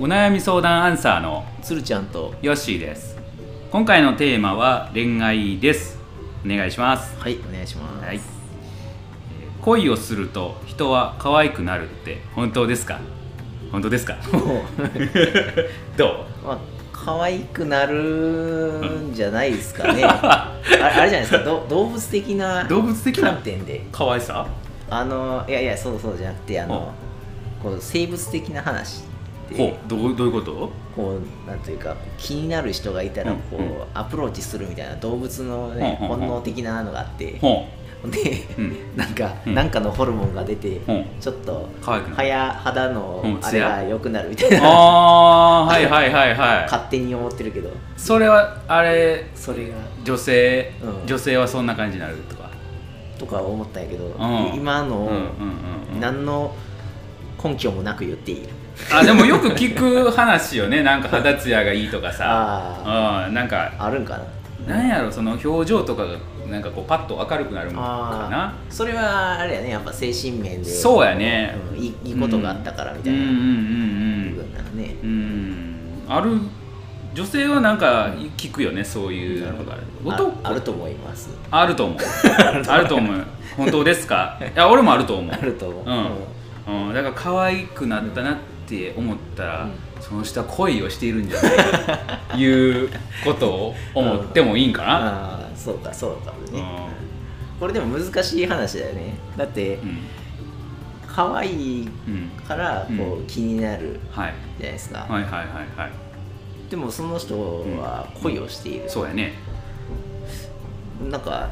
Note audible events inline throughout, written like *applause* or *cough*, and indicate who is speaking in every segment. Speaker 1: お悩み相談アンサーの
Speaker 2: つるちゃんと
Speaker 1: ヨッシーです今回のテーマは恋愛ですお願いします
Speaker 2: はいお願いします、
Speaker 1: はい恋をすると人は可愛くなるって本当ですか本当ですか *laughs*
Speaker 2: も
Speaker 1: ど
Speaker 2: う *laughs* まあ可愛くなるんじゃないです
Speaker 1: *laughs*
Speaker 2: かねあれあれじゃないですかど動物的な
Speaker 1: う動物的な
Speaker 2: 観点で
Speaker 1: 可愛さ
Speaker 2: あのいやいやそうそうじゃなくてあのこう生物的な話
Speaker 1: ほうどうどういうこと
Speaker 2: こうなんというか気になる人がいたらこう、
Speaker 1: うんうん
Speaker 2: アプローチするみたいな動物の、ね
Speaker 1: うんうんうん
Speaker 2: 本能的なのがあって、
Speaker 1: ほ
Speaker 2: で、
Speaker 1: う、うん、
Speaker 2: なんか、
Speaker 1: うん
Speaker 2: なんかのホルモンが出て、
Speaker 1: うん
Speaker 2: ちょっと
Speaker 1: 可愛くな
Speaker 2: は
Speaker 1: る
Speaker 2: や肌の
Speaker 1: うん
Speaker 2: あ
Speaker 1: ツ
Speaker 2: れ
Speaker 1: ヤ
Speaker 2: が良くなるみたいな、
Speaker 1: ああはいはいはいは
Speaker 2: 勝手に思ってるけど
Speaker 1: いそれはあれ
Speaker 2: それが
Speaker 1: 女性、
Speaker 2: うん
Speaker 1: 女性はそんな感じになるとか
Speaker 2: とか思ったんやけど、
Speaker 1: ん
Speaker 2: 今
Speaker 1: うんうん
Speaker 2: の、
Speaker 1: うんうん
Speaker 2: 何の根拠もなく言っている
Speaker 1: あでもよく聞く話よねなんか肌ツヤがいいとかさ
Speaker 2: あ
Speaker 1: うんなんか
Speaker 2: ああるんかな
Speaker 1: なんやろその表情とかがなんかこうパッと明るくなるものかな
Speaker 2: あーそれはあれやねやっぱ精神面で
Speaker 1: そうやね
Speaker 2: うんいいいいことがあったからみ
Speaker 1: う
Speaker 2: た
Speaker 1: ん
Speaker 2: い
Speaker 1: うん
Speaker 2: な
Speaker 1: う
Speaker 2: 部
Speaker 1: ん
Speaker 2: 分なのね、
Speaker 1: うんうんある女性はなんか聞くよねそういうのがある男
Speaker 2: ああると思います
Speaker 1: あると
Speaker 2: *laughs*
Speaker 1: 思うあると思う本当ですかいや俺もあると思う
Speaker 2: *laughs* あると思う、
Speaker 1: うん、うん、だから可愛くなったなって思ったら、
Speaker 2: うん
Speaker 1: その人は恋をしているんじゃないかという *laughs* ことを思ってもいいんかな、
Speaker 2: ああそうかそうかも
Speaker 1: うん
Speaker 2: ね、これでも難しい話だよねだって
Speaker 1: うん
Speaker 2: 可愛い
Speaker 1: うん
Speaker 2: からこう気になる
Speaker 1: はい、
Speaker 2: じゃないですか、
Speaker 1: はいはいはいはい
Speaker 2: でもその人は恋をしている、
Speaker 1: そうやね
Speaker 2: なんか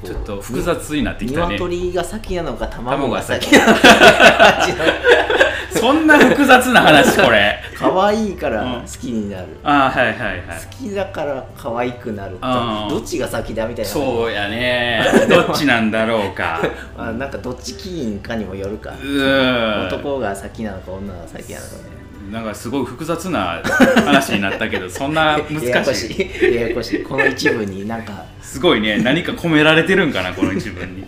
Speaker 2: こう
Speaker 1: ちょっと複雑になってきたね
Speaker 2: 鶏が先なのか卵
Speaker 1: 卵
Speaker 2: が
Speaker 1: が先
Speaker 2: 先なのかっていう感じの
Speaker 1: そんな複雑な話これ
Speaker 2: *laughs* 可愛いか
Speaker 1: う
Speaker 2: ら
Speaker 1: ん
Speaker 2: 好きになる、
Speaker 1: ああはいはいはい
Speaker 2: 好きだから可愛くなると
Speaker 1: あー
Speaker 2: どっちが先だみたいな
Speaker 1: そうやねどっちなんだろうか
Speaker 2: あなんかどっちキーンかにもよるか
Speaker 1: う、ーん
Speaker 2: *laughs* 男が先なのか女が先なのかね
Speaker 1: なんかすごい複雑な話になったけどそんな難しい
Speaker 2: ややこしいややこしいこの一部になんか、
Speaker 1: すごいね何か込められてるんかなこの一文
Speaker 2: *laughs*
Speaker 1: に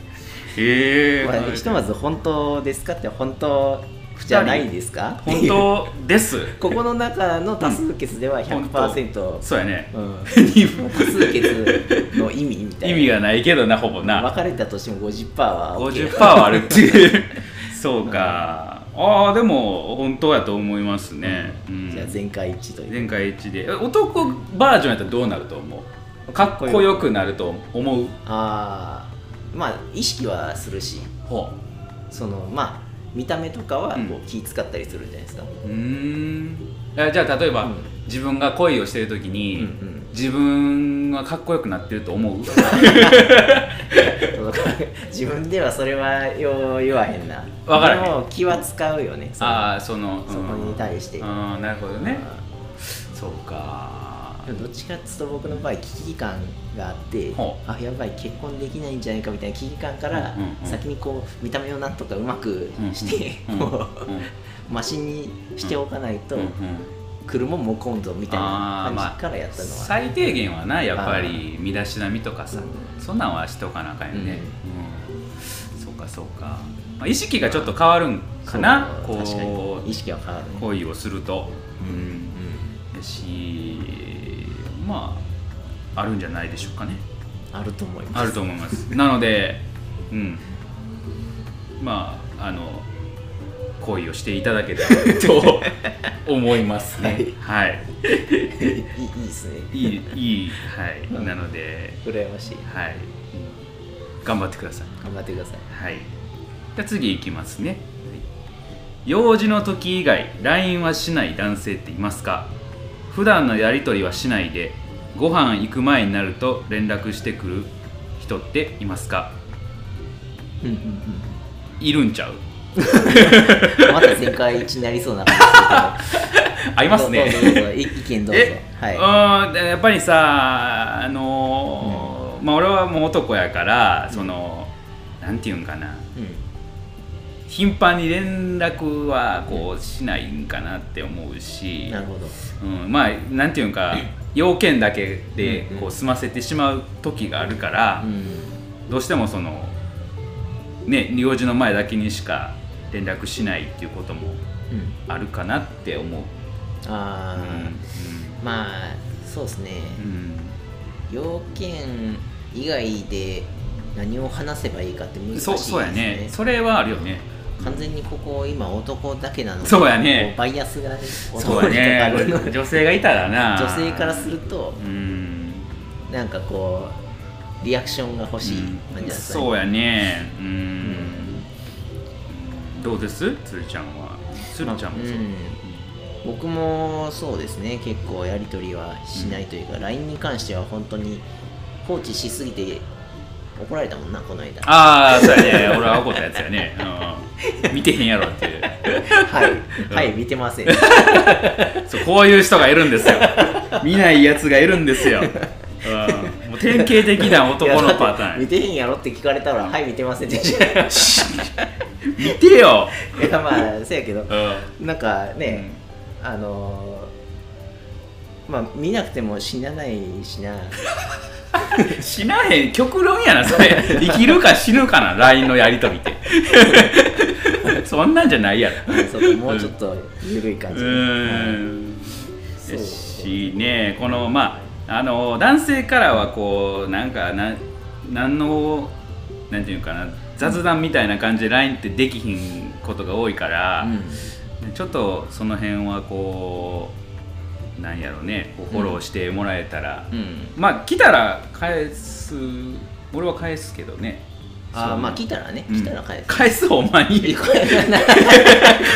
Speaker 1: ええ
Speaker 2: まあ、ひとまず本当ですかって本当じゃないですかって
Speaker 1: 本
Speaker 2: いう
Speaker 1: 当です
Speaker 2: ここの中の多数決では
Speaker 1: 本当
Speaker 2: 100%、
Speaker 1: そうやね
Speaker 2: うん、
Speaker 1: 二分
Speaker 2: 多数決の意味み *laughs* たい
Speaker 1: 意
Speaker 2: な
Speaker 1: 味がないけどなほぼな
Speaker 2: 別れたとしても50%は OK
Speaker 1: 50%はあるっていうそうかああでも本当やと思いますね、うん
Speaker 2: *laughs* じゃあ全会一致という
Speaker 1: 前回一致でえ男バージョンやったらどうなると思うかっこよくなると思う
Speaker 2: ああまあ意識はするし
Speaker 1: ほ
Speaker 2: そのまあ見た目とかはこ
Speaker 1: うん
Speaker 2: う気使ったりするじゃないですか、
Speaker 1: ううーんあじゃあ例えば、
Speaker 2: うん
Speaker 1: 自分が恋をしてる時
Speaker 2: うん
Speaker 1: に、
Speaker 2: うん
Speaker 1: 自分はかっこよくなってると思う
Speaker 2: *laughs* その自分ではそれはよう言わへんな
Speaker 1: わからへん
Speaker 2: でも気は使うよねその
Speaker 1: ああその
Speaker 2: そこに対して
Speaker 1: ああなるほどね
Speaker 2: あ
Speaker 1: そうか
Speaker 2: *laughs* ーでもどっちかっつうと僕の場合危機感があって
Speaker 1: ほう
Speaker 2: あやばい結婚できないんじゃないかみたいな危機感から
Speaker 1: うんうんうん
Speaker 2: 先にこう見た目をなんとかうまくして
Speaker 1: うんうんうん
Speaker 2: もうマシにしておかないと
Speaker 1: うんうん
Speaker 2: 車も来んぞみたい
Speaker 1: あ
Speaker 2: な
Speaker 1: ーまあ
Speaker 2: 感じからやったのは、
Speaker 1: 最低限はなやっぱり身だしなみとかさ
Speaker 2: う
Speaker 1: そんなんはしとかなあかんよねうんそうかそうかまあ意識がちょっと変わるんかな
Speaker 2: そう確か
Speaker 1: こ
Speaker 2: に意
Speaker 1: う
Speaker 2: 識は変わるね
Speaker 1: 恋をするとう
Speaker 2: うん
Speaker 1: んやしまああるんじゃないでしょうかね
Speaker 2: あると思います
Speaker 1: あると思います。
Speaker 2: *laughs*
Speaker 1: なので、うん、まああの恋をしていただけたらと思いますね。はい、
Speaker 2: いいいいですね
Speaker 1: い、いいいはいなので、
Speaker 2: 羨ましい
Speaker 1: はい、頑張ってください。
Speaker 2: 頑張ってください
Speaker 1: はい。じゃあ次いきますね。はい用事の時以外 LINE はしない男性っていますか普段のやり取りはしないでご飯行く前になると連絡してくる人っていますか
Speaker 2: うんうん
Speaker 1: いるんちゃう
Speaker 2: うんまた全開一になりそうな感
Speaker 1: *laughs*
Speaker 2: じです
Speaker 1: 合い
Speaker 2: けど
Speaker 1: ますね
Speaker 2: どうぞどうぞい意見どうぞ
Speaker 1: え
Speaker 2: はい、
Speaker 1: うーんでやっぱりさあのーまあ俺はもう男やからその、なんていうんかな
Speaker 2: う
Speaker 1: 頻繁に連絡はこうしないんかなって思うし
Speaker 2: ん、なるほど
Speaker 1: うん、まあなんていうん
Speaker 2: *clears throat*
Speaker 1: か要件だけで
Speaker 2: うん
Speaker 1: こう済ませてしまう時があるから
Speaker 2: う、ん
Speaker 1: どうしてもそのね用事の前だけにしか連絡しないっていうことも
Speaker 2: うん
Speaker 1: あるかなって思う
Speaker 2: あ
Speaker 1: う
Speaker 2: ー、まあそうですね、
Speaker 1: んうん
Speaker 2: 要件以外で何を話せばいいかって難しいです
Speaker 1: そう
Speaker 2: ね
Speaker 1: そうやねそれはあるよね
Speaker 2: 完全にここ今男だけなので
Speaker 1: そうやね
Speaker 2: こうバイアスがね
Speaker 1: そう
Speaker 2: 男に
Speaker 1: や
Speaker 2: かか
Speaker 1: ね
Speaker 2: るので
Speaker 1: 女性がいたらな
Speaker 2: 女性からすると
Speaker 1: うん
Speaker 2: なんかこうリアクションが欲しい感じなんですかね、
Speaker 1: そうやねうん、どうですつるちゃんはつるちゃんもそう、
Speaker 2: うん僕もそうですね結構やり取りはしないというか、LINE に関しては本当に放置しすぎて怒られたもんなこの間
Speaker 1: ああそうやね俺は怒ったやつやね、うん、見てへんやろっていう
Speaker 2: はい、はい、見てません
Speaker 1: そうこういう人がいるんですよ見ないやつがいるんですよ、うん、もう典型的な *laughs* 男のパターン
Speaker 2: 見てへんやろって聞かれたら「はい見てません」って言っちゃ
Speaker 1: 見てよ、
Speaker 2: ういやまあせやけど
Speaker 1: うん
Speaker 2: なんかね、あのーまあ見なくても死なない
Speaker 1: *laughs*
Speaker 2: しな
Speaker 1: 死なへん極論やなそれ生きるか死ぬかな LINE のやりとりって *laughs* そんなんじゃないやろ
Speaker 2: そうかもうちょっと緩い感
Speaker 1: う
Speaker 2: じで
Speaker 1: ーん
Speaker 2: そう
Speaker 1: ですしねこのまああの男性からはこうなんかな何のなんていうかな雑談みたいな感じで LINE ってできひんことが多いから、ちょっとその辺はこうなんやろうねこうフォローしてもらえたら、
Speaker 2: うん、うん
Speaker 1: まあ来たら返す俺は返すけどね
Speaker 2: あ
Speaker 1: そ
Speaker 2: ー
Speaker 1: う
Speaker 2: まあ来たらね
Speaker 1: うん
Speaker 2: 来たら返す、
Speaker 1: 返すほんま
Speaker 2: *laughs*
Speaker 1: に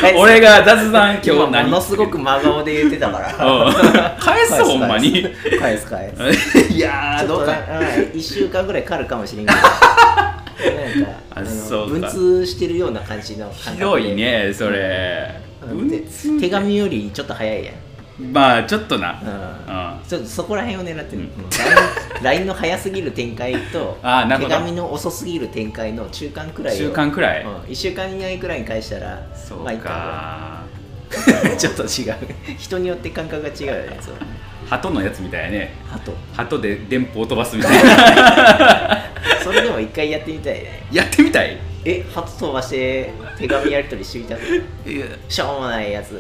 Speaker 2: 俺
Speaker 1: *laughs* 俺が雑談今日
Speaker 2: 今
Speaker 1: 何
Speaker 2: ものすごく真顔で言ってたか
Speaker 1: *laughs*
Speaker 2: ら
Speaker 1: うん返すほんまに
Speaker 2: 返す返す
Speaker 1: *laughs* いやー
Speaker 2: ちょっと
Speaker 1: どう
Speaker 2: な
Speaker 1: か
Speaker 2: 1週間ぐらいかかるかもしれんけ
Speaker 1: *laughs*
Speaker 2: どなんか
Speaker 1: あ
Speaker 2: あの
Speaker 1: そう
Speaker 2: 文
Speaker 1: か
Speaker 2: 通してるような感じの感覚で
Speaker 1: ひどいねそれ
Speaker 2: うんで手紙よりちょっと早いやん
Speaker 1: まあちょっとな、
Speaker 2: うん
Speaker 1: あ
Speaker 2: ちょっとそこら辺を狙ってる、
Speaker 1: うん
Speaker 2: LINE, の早すぎる展開と
Speaker 1: あーなる
Speaker 2: 手
Speaker 1: ほど
Speaker 2: 紙の遅すぎる展開の中間くらいを
Speaker 1: 中間くらい、
Speaker 2: うん、1週間以内くらいに返したら
Speaker 1: そう
Speaker 2: まあいいか
Speaker 1: か
Speaker 2: *laughs* ちょっと違う人によって感覚が違うよねそう
Speaker 1: 鳩のやつみたいやね
Speaker 2: あと
Speaker 1: 鳩で電報を飛ばすみたいな
Speaker 2: それでも一回 *laughs* やってみたいね
Speaker 1: やってみたい
Speaker 2: え鳩飛ばして手紙やり取りしてみたのしょうもないやつ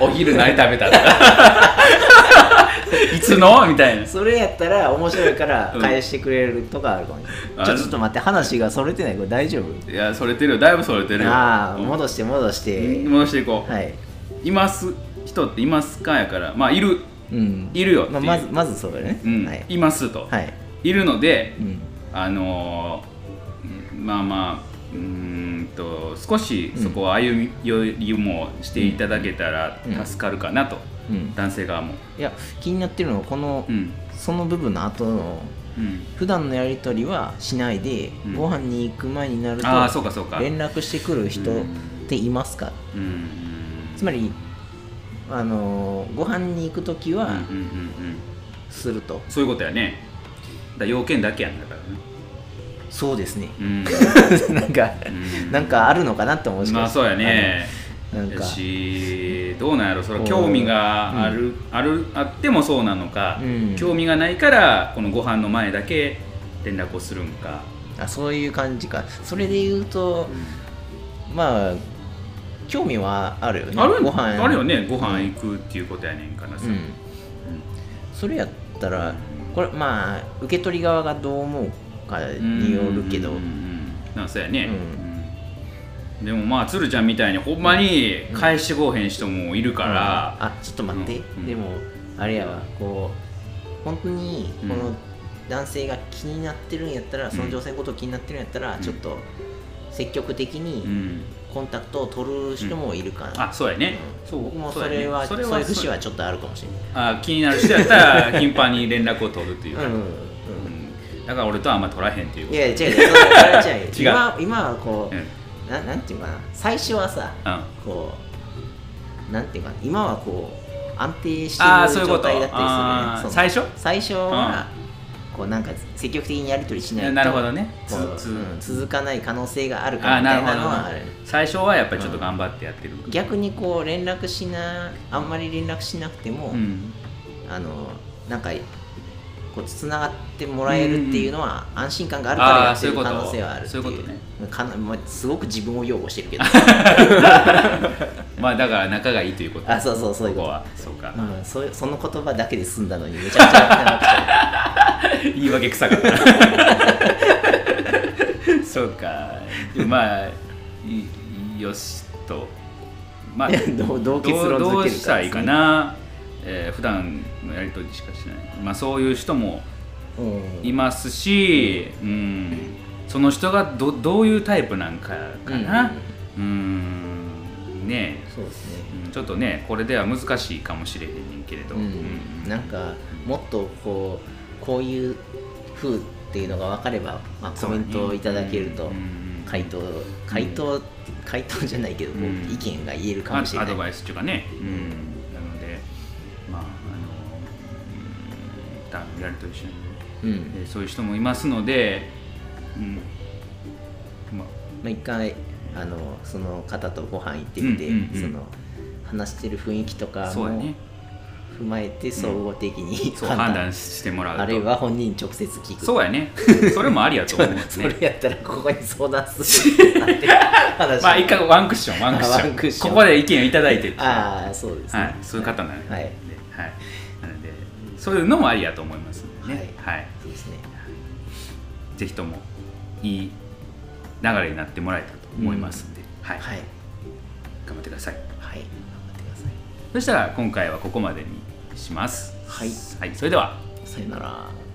Speaker 1: お昼何食べたとか *laughs* いつのみたいな
Speaker 2: それやったら面白いから
Speaker 1: うん
Speaker 2: 返してくれるとかあるかもね、
Speaker 1: あ
Speaker 2: ちょちょっと待って話がそれてないこれ大丈夫
Speaker 1: いやそれてるよだいぶそれてるよ
Speaker 2: ああ
Speaker 1: うん
Speaker 2: 戻して戻して、
Speaker 1: 戻していこう、
Speaker 2: はい
Speaker 1: い、ます人っていますかやからまあいる
Speaker 2: うん
Speaker 1: いるよっていう
Speaker 2: まあ、まずまずそれね、
Speaker 1: うん、
Speaker 2: はいい、
Speaker 1: ますと、
Speaker 2: はい
Speaker 1: い、るので
Speaker 2: うん
Speaker 1: あのーうんまあまあうーんと少しそこは歩み寄りもしていただけたら
Speaker 2: うん
Speaker 1: 助かるかなと、
Speaker 2: うん、
Speaker 1: 男性側も
Speaker 2: いや気になってるのはこの、
Speaker 1: うん
Speaker 2: その部分の後の
Speaker 1: うん
Speaker 2: 普段のやり取りはしないで、
Speaker 1: うん
Speaker 2: ご飯に行く前になると
Speaker 1: ああそうかそうか
Speaker 2: 連絡してくる人っていますか、
Speaker 1: うんうん
Speaker 2: つまりあのーご飯に行く時
Speaker 1: うんうん
Speaker 2: は
Speaker 1: うんうん
Speaker 2: すると、
Speaker 1: そういうことやねだから要件だけやんだからね
Speaker 2: そうですね
Speaker 1: うん
Speaker 2: *laughs* なんか、
Speaker 1: うん
Speaker 2: *laughs* なんかあるのかなって思うし
Speaker 1: まあそうやね
Speaker 2: あのなん
Speaker 1: や
Speaker 2: か
Speaker 1: しどうなんやろそれは興味がある,、あるあってもそうなのか、
Speaker 2: うん
Speaker 1: 興味がないからこのご飯の前だけ連絡をするんか、
Speaker 2: あそういう感じかそれで言うとまあ興味はあるよね
Speaker 1: ある
Speaker 2: ご飯
Speaker 1: あるよねご飯行くっていうことやねんからさ、
Speaker 2: うんそれやったらこれまあ受け取り側がどう思うか
Speaker 1: うん
Speaker 2: によるけど
Speaker 1: うんうんうんなんそうやね、
Speaker 2: うん
Speaker 1: うんでもまあ鶴ちゃんみたいにほんまに返してこうへん人もいるから、
Speaker 2: あちょっと待って、
Speaker 1: うん
Speaker 2: でもあれやわこう本当にこ
Speaker 1: う
Speaker 2: の
Speaker 1: ん
Speaker 2: 男性が気になってるんやったら、その女性のこと気になってるんやったら、
Speaker 1: うん
Speaker 2: ちょっと積極的
Speaker 1: うん
Speaker 2: にコンタクトを取る人もいるから、
Speaker 1: あそうやね、
Speaker 2: うん
Speaker 1: そう
Speaker 2: 僕も
Speaker 1: そう
Speaker 2: そ
Speaker 1: や
Speaker 2: れは
Speaker 1: ね
Speaker 2: そう,、いう節はちょっとあるかもしれない
Speaker 1: あ気になる人やったら頻繁に連絡を取るっていう、
Speaker 2: うんうん
Speaker 1: だから俺とはあんま取らへんっていう
Speaker 2: う
Speaker 1: こ
Speaker 2: ん、い
Speaker 1: と
Speaker 2: やいや違う違うそれは違
Speaker 1: *laughs* 違
Speaker 2: う
Speaker 1: う
Speaker 2: 今今はこう、
Speaker 1: うん
Speaker 2: ななんていうかな最初はさこうなんていうかな今はこう安定して
Speaker 1: ああーそうい
Speaker 2: る
Speaker 1: うこ
Speaker 2: 状
Speaker 1: と
Speaker 2: 態だったり
Speaker 1: あ
Speaker 2: す
Speaker 1: ー
Speaker 2: るね
Speaker 1: 最
Speaker 2: 初
Speaker 1: 初
Speaker 2: 最初は、こうなんか積極的にやり取りしないと
Speaker 1: なるほどね
Speaker 2: こう
Speaker 1: つつ
Speaker 2: うん続かない可能性がある
Speaker 1: あ
Speaker 2: か
Speaker 1: あ
Speaker 2: みた
Speaker 1: ないるほ
Speaker 2: な
Speaker 1: ど
Speaker 2: のはある
Speaker 1: ね最初はやっぱりちょっと頑張ってやってる
Speaker 2: 逆にこう連絡しなあんまり連絡しなくても、
Speaker 1: うん
Speaker 2: あのなんかこうつながってもらえるっていうのは安心感があるからやって
Speaker 1: あーそうい
Speaker 2: る
Speaker 1: うこ
Speaker 2: 可
Speaker 1: と
Speaker 2: 能性はあるっていう
Speaker 1: そういうことね *laughs*
Speaker 2: かなまあすごく自分を擁護してるけど
Speaker 1: まあだから仲がいいということ
Speaker 2: あそうそうそういう
Speaker 1: こ
Speaker 2: こ
Speaker 1: ことはそうか、
Speaker 2: うん、そうその言葉だけで済んだのにめちゃくちゃ
Speaker 1: 言い訳臭かった
Speaker 2: *laughs*
Speaker 1: そうかまあいよしとまあ
Speaker 2: どうどう結論づけるか
Speaker 1: どうしたらいいかな、えー普段のやり取りしかしない、まあ、そういう人も
Speaker 2: 長くて、うん、
Speaker 1: いますし、うんその人がどどういうタイプなんかかなうん、ねえ
Speaker 2: そうですね
Speaker 1: うんちょっとねこれでは難しいかもしれへんねんけれど、
Speaker 2: うん、なんかもっとこうこういう風っていうのが分かれば、まあ、コメントをいただけると回答回答回答じゃないけどこう
Speaker 1: うん
Speaker 2: 意見が言えるか
Speaker 1: ア
Speaker 2: もしれ
Speaker 1: ア
Speaker 2: な
Speaker 1: ド
Speaker 2: い
Speaker 1: バイスっていうかね、うん、なのでまああの多分やりとりしない
Speaker 2: うん
Speaker 1: でそういう人もいますので、うん、まあ
Speaker 2: まあ、一回あのその方とご飯行ってみて、
Speaker 1: うんうんうん
Speaker 2: その話してる雰囲気とか
Speaker 1: そう
Speaker 2: も
Speaker 1: やね
Speaker 2: 踏まえて総合的に、
Speaker 1: そう判断してもらうと
Speaker 2: あるいは本人に直接聞く
Speaker 1: そうや
Speaker 2: *laughs*
Speaker 1: ねそれもありやと思う
Speaker 2: そ
Speaker 1: ね
Speaker 2: れやったらここに相談するなんて話
Speaker 1: *laughs* まあ一回ワンクッションワンクッション
Speaker 2: *laughs* あワンクッション
Speaker 1: ここで意見をいただいてっていう
Speaker 2: ああそうですね、
Speaker 1: はい、そういう方なので、
Speaker 2: はい
Speaker 1: はいなのでそういうのもありやと思いますのでね、はい
Speaker 2: そうですね
Speaker 1: ぜひともいい流れになってもらえたと思いますので、はい
Speaker 2: はい
Speaker 1: 頑張ってください
Speaker 2: はい、頑張ってください。
Speaker 1: そしたら今回はここまでにします
Speaker 2: はい
Speaker 1: はい、それでは
Speaker 2: さよなら。